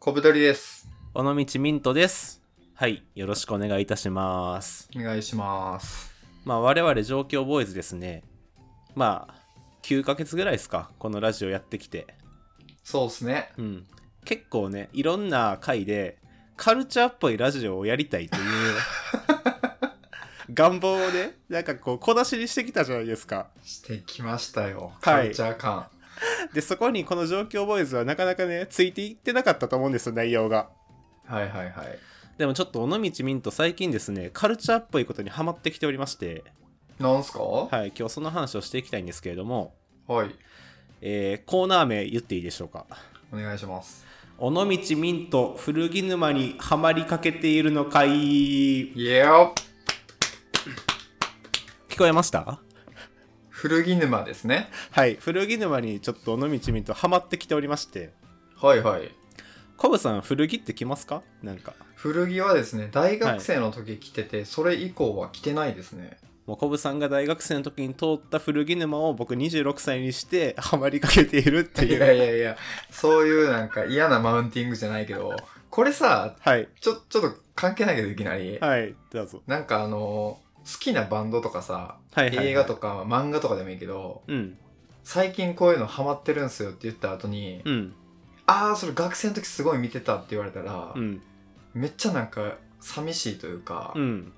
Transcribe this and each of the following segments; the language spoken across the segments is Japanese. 小太りです。尾道ミントです。はい、よろしくお願いいたします。お願いします。まあ、我々上京ボーイズですね。まあ、9ヶ月ぐらいですか、このラジオやってきて。そうっすね。うん。結構ね、いろんな回で、カルチャーっぽいラジオをやりたいという、願望をね、なんかこう、小出しにしてきたじゃないですか。してきましたよ。カはいルチャー感。で、そこにこの上京ボーイズはなかなかね、ついていってなかったと思うんですよ、内容が。はい、はい、はい。でもちょっと尾道ミント最近ですね、カルチャーっぽいことにハマってきておりまして、なんすかははい、今日その話をしていきたいんですけれども、い。えーコーナー名言っていいでしょうか。お願いします。尾道ミント古着沼にはまりかけているのかい聞いやーこえました古着沼ですね。はい古着沼にちょっと尾道ミントはまってきておりましてはい、はい。コブさん古着って着ますかなんか古着はですね、大学生の時着てて、それ以降は着てないですね。もうコブさんが大学生の時に通った古着沼を僕26歳にしてはまりかけているっていいやういやいや、そういうなんか嫌なマウンティングじゃないけど、これさ、はいちょ、ちょっと関係ないけど、いきなり。はいどうぞなんかあの好きなバンドとかさ、はいはいはい映画とか漫画とかでもいいけど、うん最近こういうのハマってるんすよって言った後に、うんああそれ学生の時すごい見てたって言われたら、うんめっちゃなんか寂しいというか、うん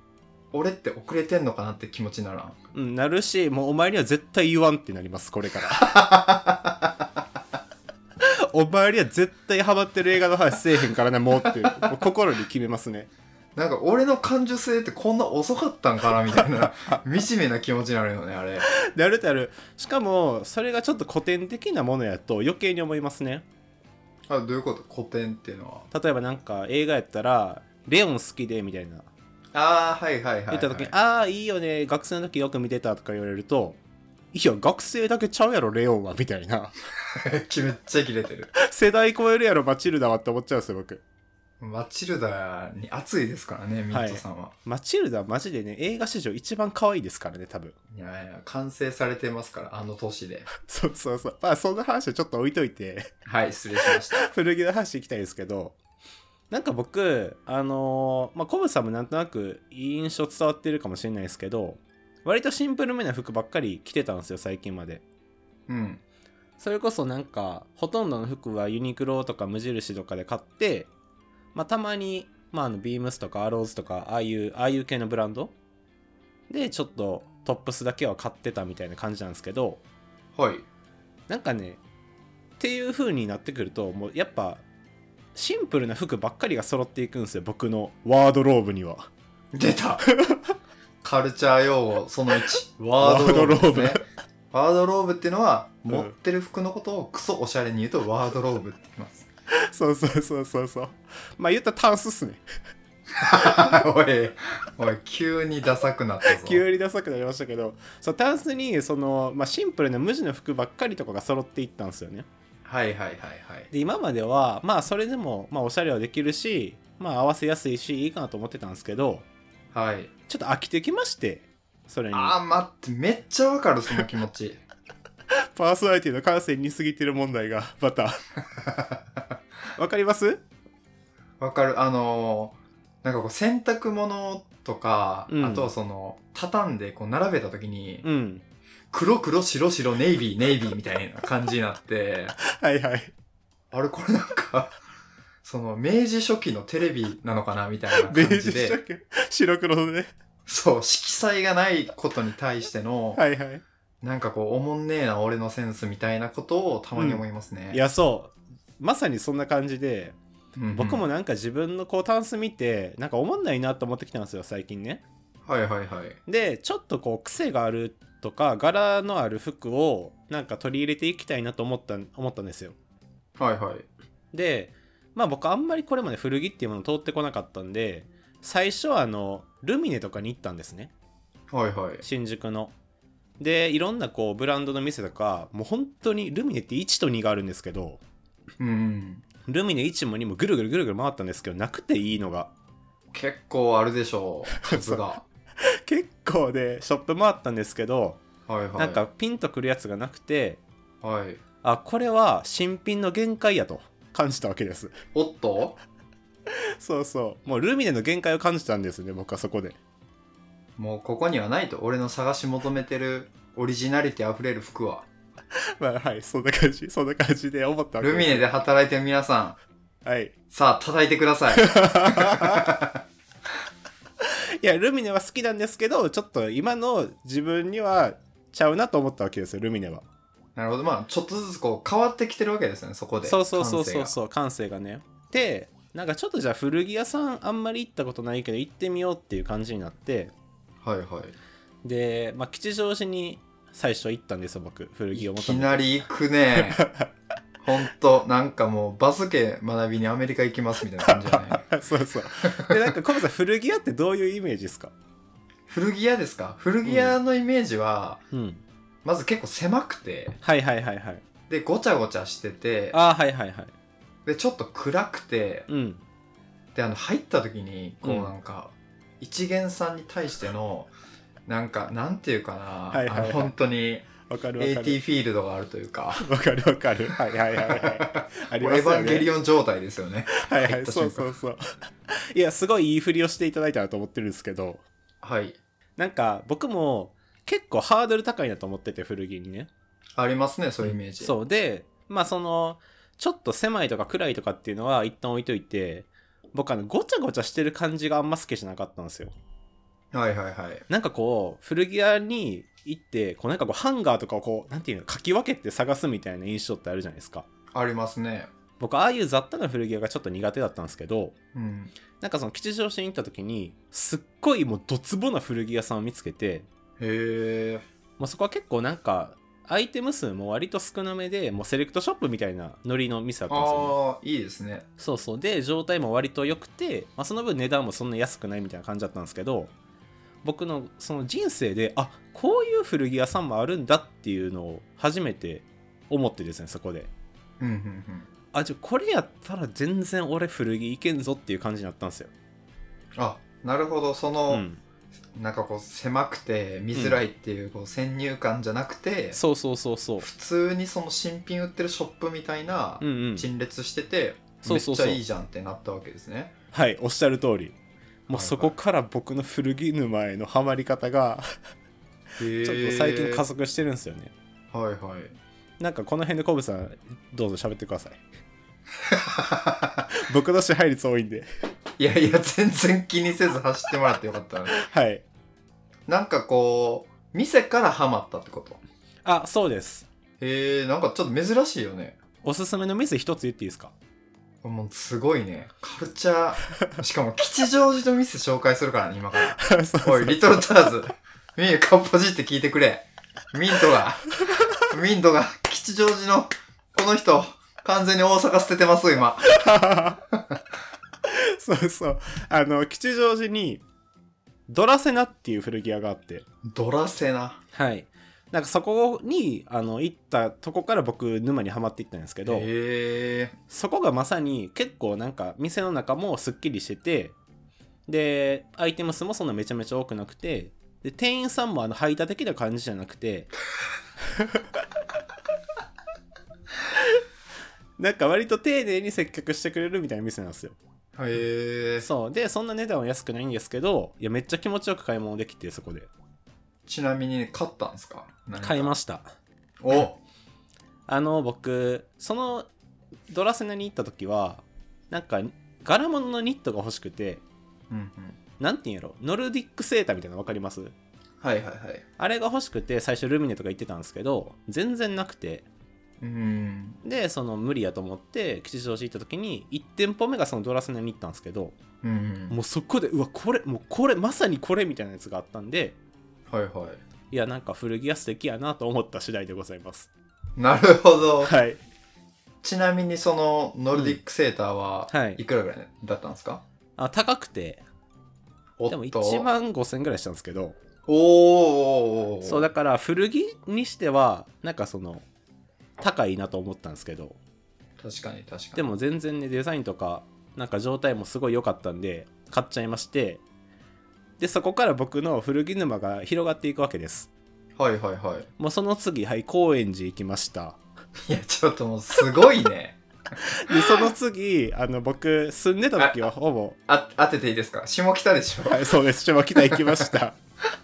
俺って遅れてんのかなって気持ちにならんうんなるしもうお前には絶対言わんってなりますこれから お前には絶対ハマってる映画の話せえへんからねもうっても う心に決めますねなんか俺の感受性ってこんな遅かったんかなみたい な惨めな気持ちになるよねあれなるなるしかもそれがちょっと古典的なものやと余計に思いますねあどういうこと古典っていうのは例えばなんか映画やったら「レオン好きで」みたいなああはいはいはい、は言い、った時に「ああいいよね学生の時よく見てた」とか言われると「いや学生だけちゃうやろレオンは」みたい なめっちゃ切れてる世代超えるやろマチルダはって思っちゃうんですよ僕マチルダに熱いですからねミットさんは、マチルダはマジでね映画史上一番可愛いですからね多分 いやいや、完成されてますから、あの年で。そうそうそう。まあそんな話はちょっと置いといて、 はい、失礼しました。古着の話行きたいですけど、なんか僕、あのーまあコブさんもなんとなく印象伝わってるかもしれないですけど、割とシンプルめな服ばっかり着てたんですよ、最近まで。うん。それこそなんか、ほとんどの服はユニクロとか無印とかで買って、まあたまに、まああの、ビームスとかアローズとか、ああいう、ああいう系のブランドで、ちょっとトップスだけは買ってたみたいな感じなんですけど、はい。なんかねっていう風になってくるともうやっぱシンプルな服ばっかりが揃っていくんですよ僕のワードローブには 出たカルチャー用語その1。ワードローブ、ね。ワードローブっていうのは、うん持ってる服のことをクソおしゃれに言うとワードローブって言い ます。そうそうそうそうそうまあ言ったらタンスっすねおい、おい、急にダサくなったぞ。急にダサくなりましたけどそうタンスにその、まあ、シンプルな無地の服ばっかりとかが揃っていったんですよねはいはいはいはい。で今まではまあそれでも、まあ、おしゃれはできるしまあ合わせやすいしいいかなと思ってたんですけどはい。ちょっと飽きてきましてそれにあー、待って、めっちゃわかる、その気持ち。パーソナリティの感性に過ぎてる問題がまた わかりますわかるあのーなんかこう洗濯物とか、うんあとはその畳んでこう並べた時に、うん黒黒白白ネイビーネイビーみたいな感じになってはいはいあれこれなんかその明治初期のテレビなのかなみたいな 明感治じ初で期白黒のねそう色彩がないことに対しての、はいはいなんかこうおもんねえな俺のセンスみたいなことをたまに思いますね、いやそうまさにそんな感じでうんうん僕もなんか自分のこうタンス見てなんか思んないなと思ってきたんですよ最近ねはいはいはいでちょっとこう癖があるとか柄のある服をなんか取り入れていきたいなと思った思ったんですよはいはいでまあ僕あんまりこれまで古着っていうものを通ってこなかったんで最初はあのルミネとかに行ったんですねはいはい新宿のでいろんなこうブランドの店とかもう本当にルミネって1と2があるんですけどうんうんルミネ1も2もぐるぐるぐるぐる回ったんですけどなくていいのが結構あるでしょう数 が結構でショップ回ったんですけど、はいはいなんかピンとくるやつがなくてはいあこれは新品の限界やと感じたわけです おっとそうそうもうルミネの限界を感じたんですね僕はそこでもうここにはないと俺の探し求めてるオリジナリティあふれる服はまあはいそんな感じそんな感じで思ったわけルミネで働いてる皆さはいんさあ叩いてくださいいやルミネは好きなんですけどちょっと今の自分にはちゃうなと思ったわけですよルミネはなるほどまあちょっとずつこう変わってきてるわけですねそこでそうそうそう感性そうがそう感性がねでなんかちょっとじゃあ古着屋さんあんまり行ったことないけど行ってみようっていう感じになってはいはいで、まあ、吉祥寺に最初行ったんですよ僕古着をい求きめてなり行く ねほんとなんかもうバスケ学びにアメリカ行きますみたいな感じじゃ ないそうそうでなんかコブさん古着屋ってどういうイメージですか古着屋ですか古着屋のイメージは、うんまず結構狭くてはいはいはいはいでごちゃごちゃしててああはいはいはいでちょっと暗くてうんであの入った時にこううんなんか、一元さんに対してのなんかなんていうかな、はいはいはいあの本当にわかるわか AT るフィールドがあるというかわかるわかるはいはいはいはいあり もうまエすヴァよンゲリねオン状態ですよねはいは入っいたそ瞬う間そうそういやすごいいいふりをしていただいたなと思ってるんですけどはいなんか僕も結構ハードル高いなと思ってて古着にねありますねそういうイメージ、そうでまあそのちょっと狭いとか暗いとかっていうのは一旦置いといて僕あのごちゃごちゃしてる感じがあんま好きじゃなかったんですよはいはいはいなんかこう古着屋に行ってこうなんかこうハンガーとかをこうなんていうのかき分けて探すみたいな印象ってあるじゃないですかありますね僕ああいう雑多な古着屋がちょっと苦手だったんですけどうんなんかその吉祥寺に行った時にすっごいもうドツボな古着屋さんを見つけてへえもうそこは結構なんかアイテム数も割と少なめでもうセレクトショップみたいなノリの店だったんですよ、ね、ああいいですねそうそうで状態も割と良くて、まあ、その分値段もそんな安くないみたいな感じだったんですけど僕のその人生であこういう古着屋さんもあるんだっていうのを初めて思ってですねそこでうんうんうんあじゃあこれやったら全然俺古着いけんぞっていう感じになったんですよ、あなるほどそうの、ん、なんかこう狭くて見づらいっていうこう先入観じゃなくて、そうそうそう そう普通にその新品売ってるショップみたいなうんうん陳列してて、そうそうそうめっちゃいいじゃんってなったわけですねはいおっしゃる通りもはいはういそこから僕の古着沼へのハマり方がちょちょっと最近加速してるんですよねはいはい なんかこの辺でコブさんどうぞ喋ってください僕の支配率多いんでいやいや全然気にせず走ってもらってよかったなはいなんかこう店からハマったってことあそうですへえー、なんかちょっと珍しいよねおすすめの店一つ言っていいですかもうすごいねカルチャーしかも吉祥寺の店紹介するからね今からそうおそういリトルターズミンカッポジって聞いてくれミントがミントが吉祥寺のこの人完全に大阪捨ててます今 そうそうあの吉祥寺にドラセナっていう古着屋があってドラセナはいなんかそこにあの行ったとこから僕沼にはまっていったんですけど、へえそこがまさに結構なんか店の中もすっきりしててでアイテム数もそんなめちゃめちゃ多くなくてで店員さんもあの排他的な感じじゃなくてなんか割と丁寧に接客してくれるみたいな店なんですよへえそうでそんな値段は安くないんですけどいやめっちゃ気持ちよく買い物できてそこでちなみに買ったんですか何か買いましたおあの僕そのドラセナに行った時はなんか柄物のニットが欲しくてうんうんなんていうんやろノルディックセーターみたいなの分かりますはいはいはいあれが欲しくて最初ルミネとか行ってたんですけど全然なくてうんでその無理やと思って吉祥寺行った時に1店舗目がそのドラスネに行ったんですけどうんもうそこでうわこれもうこれまさにこれみたいなやつがあったんではいはいいやなんか古着屋素敵やなと思った次第でございますなるほどはいちなみにそのノルディックセーターはうんはいいくらぐらいだったんですか、あ高くておっでとも1万5000円ぐらいしたんですけどおーおーおーおーそうだから古着にしてはなんかその高いなと思ったんですけど確かに確かにでも全然ねデザインとかなんか状態もすごい良かったんで買っちゃいましてでそこから僕の古着沼が広がっていくわけですはいはいはいもうその次はい高円寺行きましたいやちょっともうすごいねでその次あの僕住んでた時はほぼあ、当てていいですか下北でしょはい、そうです。下北行きました。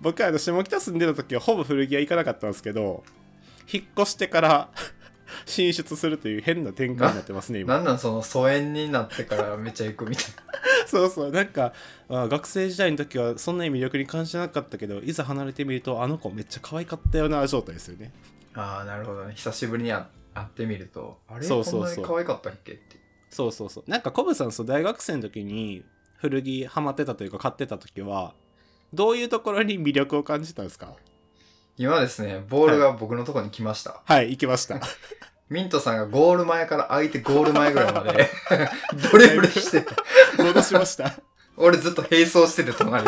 僕はあの下北住んでた時はほぼ古着屋行かなかったんですけど、引っ越してから 進出するという変な展開になってますね、今。なんなんその疎遠になってからめっちゃ行くみたいそうそう、なんか、あ学生時代の時はそんなに魅力に感じなかったけど、いざ離れてみると、あの子めっちゃ可愛かったよな状態ですよね。な。ああ、なるほどね。久しぶりに会会ってみると、あれそうこそうそうんなに可愛かったっけって。そうそうそう。なんかコブさん、そう大学生の時に古着ハマってたというか買ってた時は、どういうところに魅力を感じたんですか今ですね、ボールが僕のとこに来ました。はい、行きま した。ミントさんがゴール前から相手ゴール前ぐらいまでドリブルしてて、 戻しました。俺ずっと並走してて隣。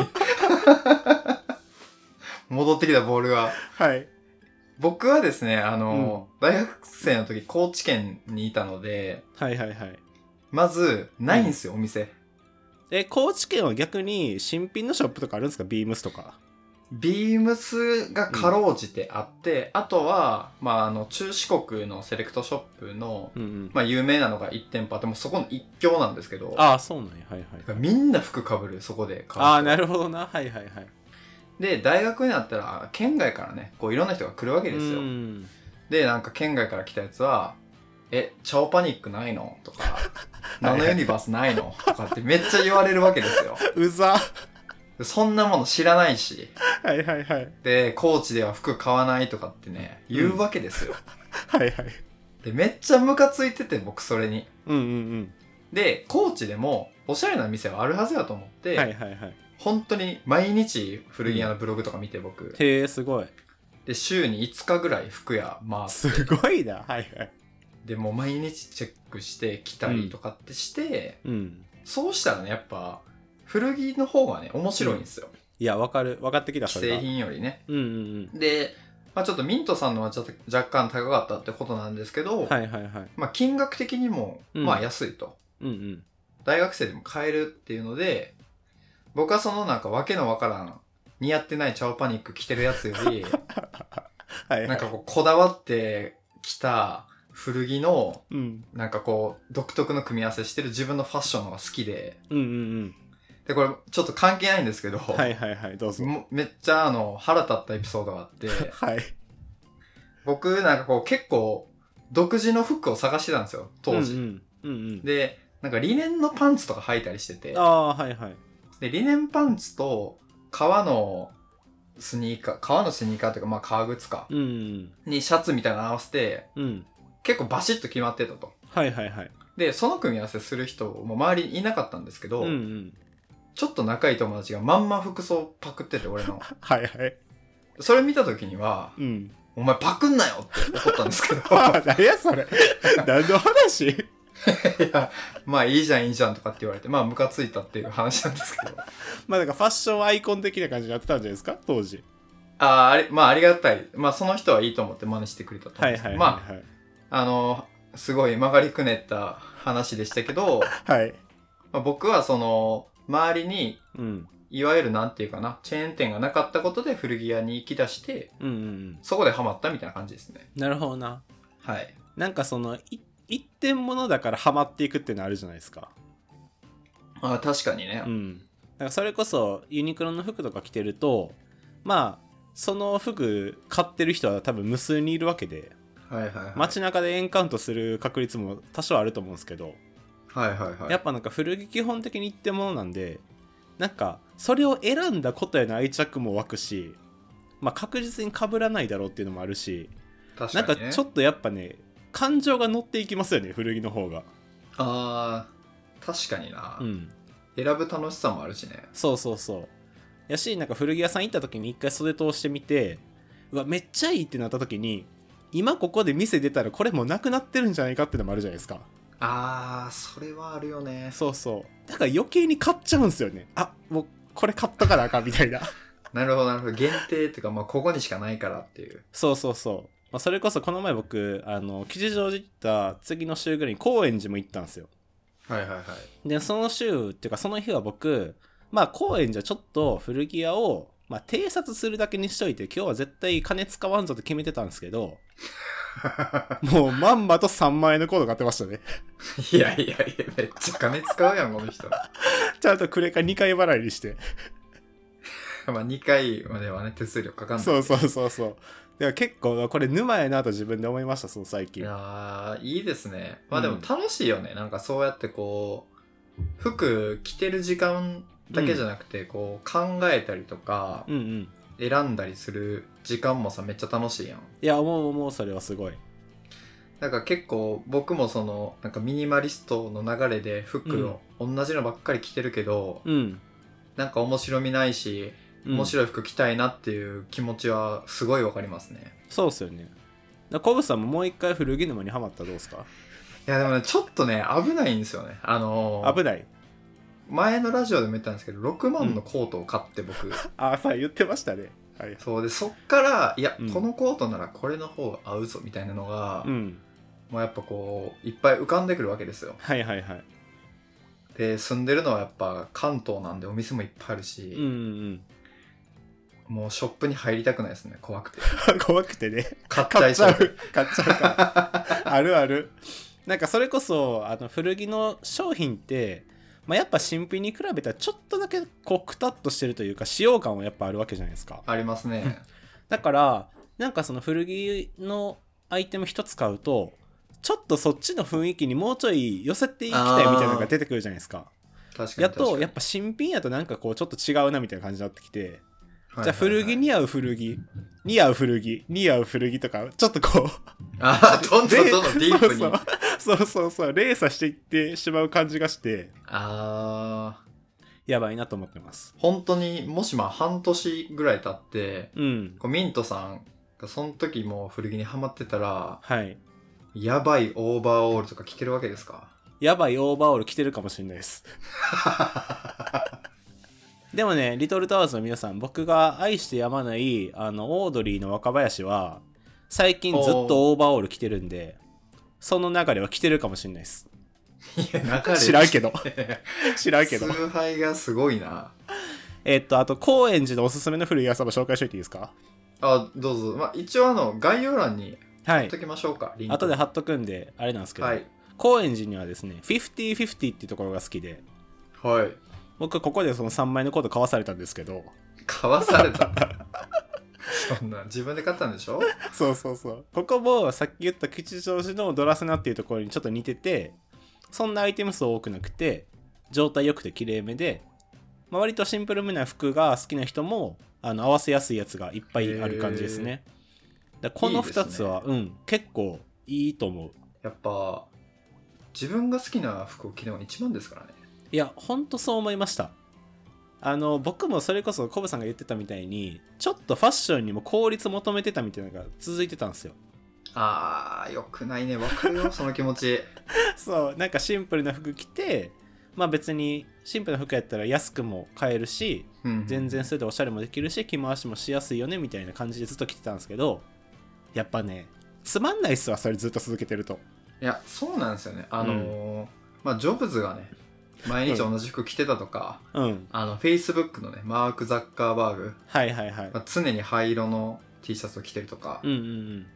戻ってきたボールが。はい。僕はですね、あの、大学生の時高知県にいたので、はいはいはい。まず、ないんですよ、お店。え高知県は逆に新品のショップとかあるんですかビームスとかビームスがかろうじてあって、あとは、まあ、あの、中四国のセレクトショップの、うんうん、まあ、有名なのが1店舗あって、もうそこの一強なんですけど、ああそうなんやはいはいみんな服かぶる、そこで買う人。ああなるほどなはいはいはいで、大学になったら、県外からね、こういろんな人が来るわけですよ。うんで、なんか県外から来たやつは、え、チャオパニックないのと か、ナノユニバースないのとかってめっちゃ言われるわけですよ。うざでそんなもの知らないし、はいはいはいで、高知では服買わないとかってね、言うわけですよ。はいはいで、めっちゃムカついてて、僕それに。うんうんで、高知でも、おしゃれな店はあるはずやと思っうて、んはいはいはい本当に毎日古着屋のブログとか見て僕、へえすごいで、週に5日ぐらい服屋、まあ、すごいなはいはいでもう毎日チェックして来たりとかってして、うんそうしたらねやっぱ古着の方がね面白いんですよ、いやわかる分かってきたそ既れ製が品よりねうんうんで、まあ、ちょっとミントさんのはちょっと若干高かったってことなんですけど、うんはいはいはいまあ、金額的にもうんまあ安いと、うんうん大学生でも買えるっていうので僕はそのなんかわけのわからん似合ってないチャオパニック着てるやつよ りはいはなんいかこうこだわってきた古着のうんなんかこう独特の組み合わせしてる自分のファッションの方が好きでうんうんで、これ、ちょっと関係ないんですけど、うんはいはいはいどうぞもめっちゃ、あの、腹立ったエピソードがあ って、はい僕、なんかこう、結構、独自の服を探してたんですよ、当時。うんうんうんで、なんか、リネンのパンツとか履いたりしてうてん、ああーはいはいで、リネンパンツと、革のスニーカー、革のスニーカーというか、まあ、革靴か、うんうんにシャツみたいなの合わせて、うん結構バシッと決まってたと。はいはいはいで、その組み合わせする人も周りにいなかったんですけど、うんうんちょっと仲いい友達がまんま服装パクってて、俺の。はいはいそれ見た時には、うん。お前パクんなよって怒ったんですけど あ何やそれ 何の話いや、まあいいじゃんいいじゃんとかって言われて、まあムカついたっていう話なんですけど。 まあなんかファッションアイコン的な感じになってたんじゃないですか当時ああ、あれ、まあありがたい。まあその人はいいと思って真似してくれたと思うんですけど。まはいあ、あの、すごい曲がりくねった話でしたけど、 はいまあ、僕はその、周りに、うんいわゆるなんていうかな、チェーン店がなかったことで古着屋に行き出して、うんうんうんそこでハマったみたいな感じですね。なるほどなはい。なんかそのい一点ものだからハマっていくっていうのあるじゃないですかああ、確かにね。うんだからそれこそユニクロの服とか着てるとまあその服買ってる人は多分無数にいるわけではいはいはい。街中でエンカウントする確率も多少あると思うんですけどはいはいはい。やっぱなんか古着基本的に一点ものなんでなんかそれを選んだことへの愛着も湧くし、まあ、確実に被らないだろうっていうのもあるし、確なんかかに、ね。ちょっとやっぱね感情が乗っていきますよね古着の方がああ、確かにな。うん選ぶ楽しさもあるしね。そうそうそうやしなんか古着屋さん行った時に一回袖通してみてうわめっちゃいいってなった時に今ここで店出たらこれもうなくなってるんじゃないかってのもあるじゃないですかああ、それはあるよね。そうそうだから余計に買っちゃうんですよねあもうこれ買ったからあかんみたい ななるほど、なるほど。限定っていうか、まあ、ここにしかないからっていう。そうそうそう、まあ、それこそこの前僕あの吉祥寺行った次の週ぐらいに高円寺も行ったんですよはいはいはい。でその週っていうかその日は僕まあ高円寺はちょっと古着 屋を、まあ、偵察するだけにしといて今日は絶対金使わんぞって決めてたんですけどもうまんまと3万円のコード買ってましたね。 いやいやいや、めっちゃ金使うやん、この人。 まちゃんとクレカ2回払いにして。あ、2回まではね、手数料かかんない。そうそうそうそう。でも結構、これ沼やなと自分で思いました、その最い近。やーいいですね。まあでうもん楽しいよね。なんかそうやってこう、服着てる時間だけじゃなくて、こう考えたりとかう、んうん。選んだりする時間もさ、めっちゃ楽しいやん。いや、思う思う、それはすごい。なんか結構僕もその、なんかミニマリストの流れで服を同じのばっかり着てるけど、うん。なんか面白みないし、うん面白い服着たいなっていう気持ちはすごいわかりますね。そうっすよね。だコブさんももう一回古着沼にはまったらどうですかいやでもね、ちょっとね、危ないんですよね。あのー危ない。前のラジオでも言ったんですけど、6万のコートを買って僕、 ああ、さあ言ってましたね。はい。そうで、そっから、いや、うんこのコートならこれの方が合うぞみたいなのが、うん。もうやっぱこう、いっぱい浮かんでくるわけですよ。はいはいはい。で、住んでるのはやっぱ関東なんでお店もいっぱいあるし、うんうんもうショップに入りたくないですね、怖くて。うん。 怖くてね。買っちゃ買っいちそゃう。う。買っちゃうから。 あるある。なんかそれこそ、あの古着の商品って、まあ、やっぱ新品に比べたらちょっとだけこうくたっとしてるというか使用感はやっぱあるわけじゃないですか。ありますね。だからなんかその古着のアイテム一つ買うとちょっとそっちの雰囲気にもうちょい寄せていきたいみたいなのが出てくるじゃないですか確かにやっ確かに。とやっぱ新品やとなんかこうちょっと違うなみたいな感じになってきてはいはいはいじゃあ古着。に合う古着に合う古着に合う古着とかちょっとこうあーどんどんどんどんディープに。そうそうそうそうそう連鎖していってしまう感じがしてあーやばいなと思ってます本当に、もしまあ半年ぐらい経って、うんこうミントさんがその時もう古着にハマってたらはいやばいオーバーオールとか着てるわけですかやばいオーバーオール着てるかもしれないです でもね、リトルタワーズの皆さん、僕が愛してやまない、あの、オードリーの若林は、最近ずっとオーバーオール着てるんで、その流れは着てるかもしれないです。いや中で知らん けど知らんけど。崇拝がすごいなえっと、あと、高円寺のおすすめの古い屋さんも紹介しといていいですかあどうぞ、まあ、一応あの概要欄には貼っいと。きましょうかリンク後で貼っとくんで、あれなんですけど、はい高円寺にはですね、50-50っていうところが好きで、はい僕、ここでその3枚のコード買わされたんですけど、買わされた そんな自分で買ったんでしょそうそうそう。ここもさっき言った吉祥寺のドラセナっていうところにちょっと似てて、そんなアイテム数多くなくて、状態良くて綺麗めで、まあ、割とシンプルめな服が好きな人もあの合わせやすいやつがいっぱいある感じですね。だからこいのいですね2つはうん、結構いいと思う。やっぱ自分が好きな服を着るのが一番ですからねいや、ほんとそう思いました。あの僕もそれこそコブさんが言ってたみたいにちょっとファッションにも効率求めてたみたいなのが続いてたんですよあーよくないねわかるよ その気持ちそうなんかシンプルな服着てまあ別にシンプルな服やったら安くも買えるしうん全然それでおしゃれもできるし着回しもしやすいよねみたいな感じでずっと着てたんですけどやっぱねつまんないっすわそれずっと続けてるといやそうなんですよねあのーまあジョブズがね毎日同じ服着てたとか、うんあのフェイスブックのねマーク・ザッカーバーグ、はいはいはいまあ、常に灰色の T シャツを着てるとか、うんうんうん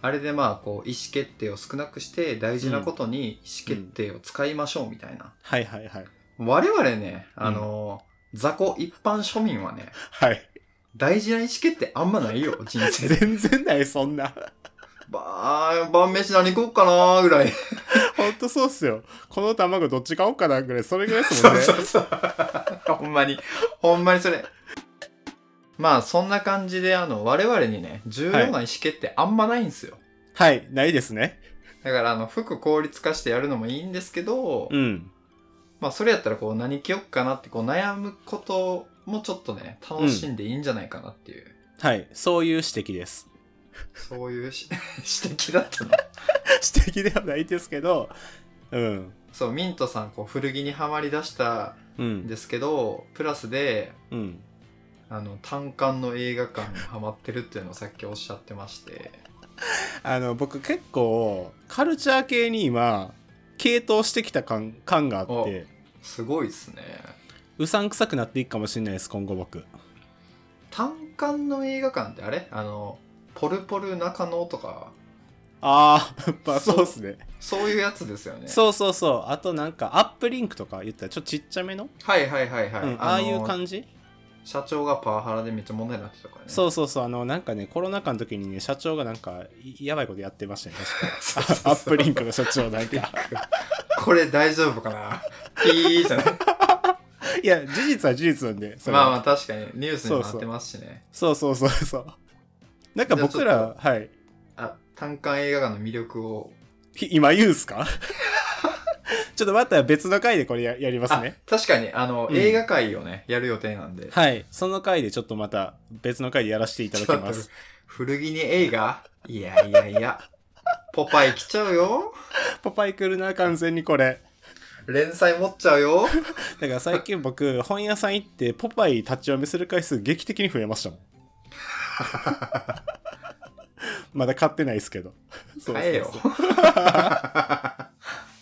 あれでまあこう意思決定を少なくして大事なことに意思決定を使いましょうみたいな、はいはいはい我々ねあのー雑魚一般庶民はねはい 大事な意思決定あんまない よ人生で全然ないそんなばー晩飯何食おうかなーぐらいほんとそうっすよこの卵どっち買おうかなぐらいそれぐらいっすそもんうねそうそう。 ほんまに、ほんまにそれ。まあそんな感じで、あの、我々にね、重要な意思決定あんまないんですよ。はいないですねだから、あの、服効率化してやるのもいいんですけど、うんまあそれやったらこう何着よっかなってこう悩むこともちょっとね、楽しんでいいんじゃないかなっていう、はいそういう指摘ですそういうし 指摘だったの。 指摘ではないですけどうんそう、ミントさん、こう古着にはまりだしたうんんですけど、プラスで、うんあの、単館の映画館にハマってるっていうのをさっきおっしゃってまして。あの僕結構カルチャー系に今系統してきた感感があってすごいですね。うさんくさくなっていくかもしれないです今後僕単館の映画館ってあれあの、ポルポル中野とか、ああ、やっぱそうっすね。そういうやつですよね。そうそうそう。あとなんか、アップリンクとか言ったら、ちょっとちっちゃめの、はいはいはいはい。うん、ああいうじ。感じ社長がパワハラでめっちゃ問題になってたからね。そうそうそう。あの、なんかね、コロナ禍の時にね、社長がなんか、いやばいことやってました ね。確かそうそうそうあアップリンクの社長なんか。これ大丈夫かなピーじゃない。 いや、事実は事実なん で、それはまあまあ確かにニュースにもなってますしね。そうそうそうそう。なんか僕じゃあちょら、はい。あ、単館映画館の魅力を。ひ今言うんすか ちょっとまた別の回でこれややりますあね。、確かに、あの、うん映画会をね、やる予定なんで。はい。その回でちょっとまた別の回でやらせていただきまちょっすと。古着に映画いやいやいや。ポパイ来ちゃうよ。ポパイ来るな、完全にこれ。連載持っちゃうよ。だから最近僕、本屋さん行って、ポパイ立ち読みする回数劇的に増えましたもん。 まだ買ってないですけど。そうそうそう買えよ。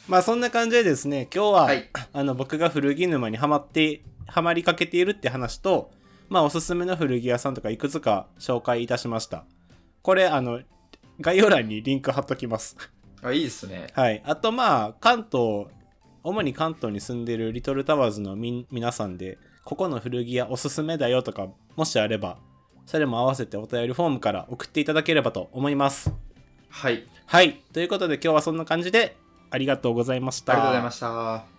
まあそんな感じでですね、今日は、はい。あの僕が古着沼にはまってはまりかけているって話と、まあ、おすすめの古着屋さんとかいくつか紹介いたしましたこれあの概要欄にリンク貼っときますあ、いいですね。はいあとまあ関東主に関東に住んでるリトルタワーズのみ皆さんでここの古着屋おすすめだよとかもしあればそれも合わせてお便りフォームから送っていただければと思いますはい。はいということで今日はそんな感じでありがとうございましあたりがとうございました。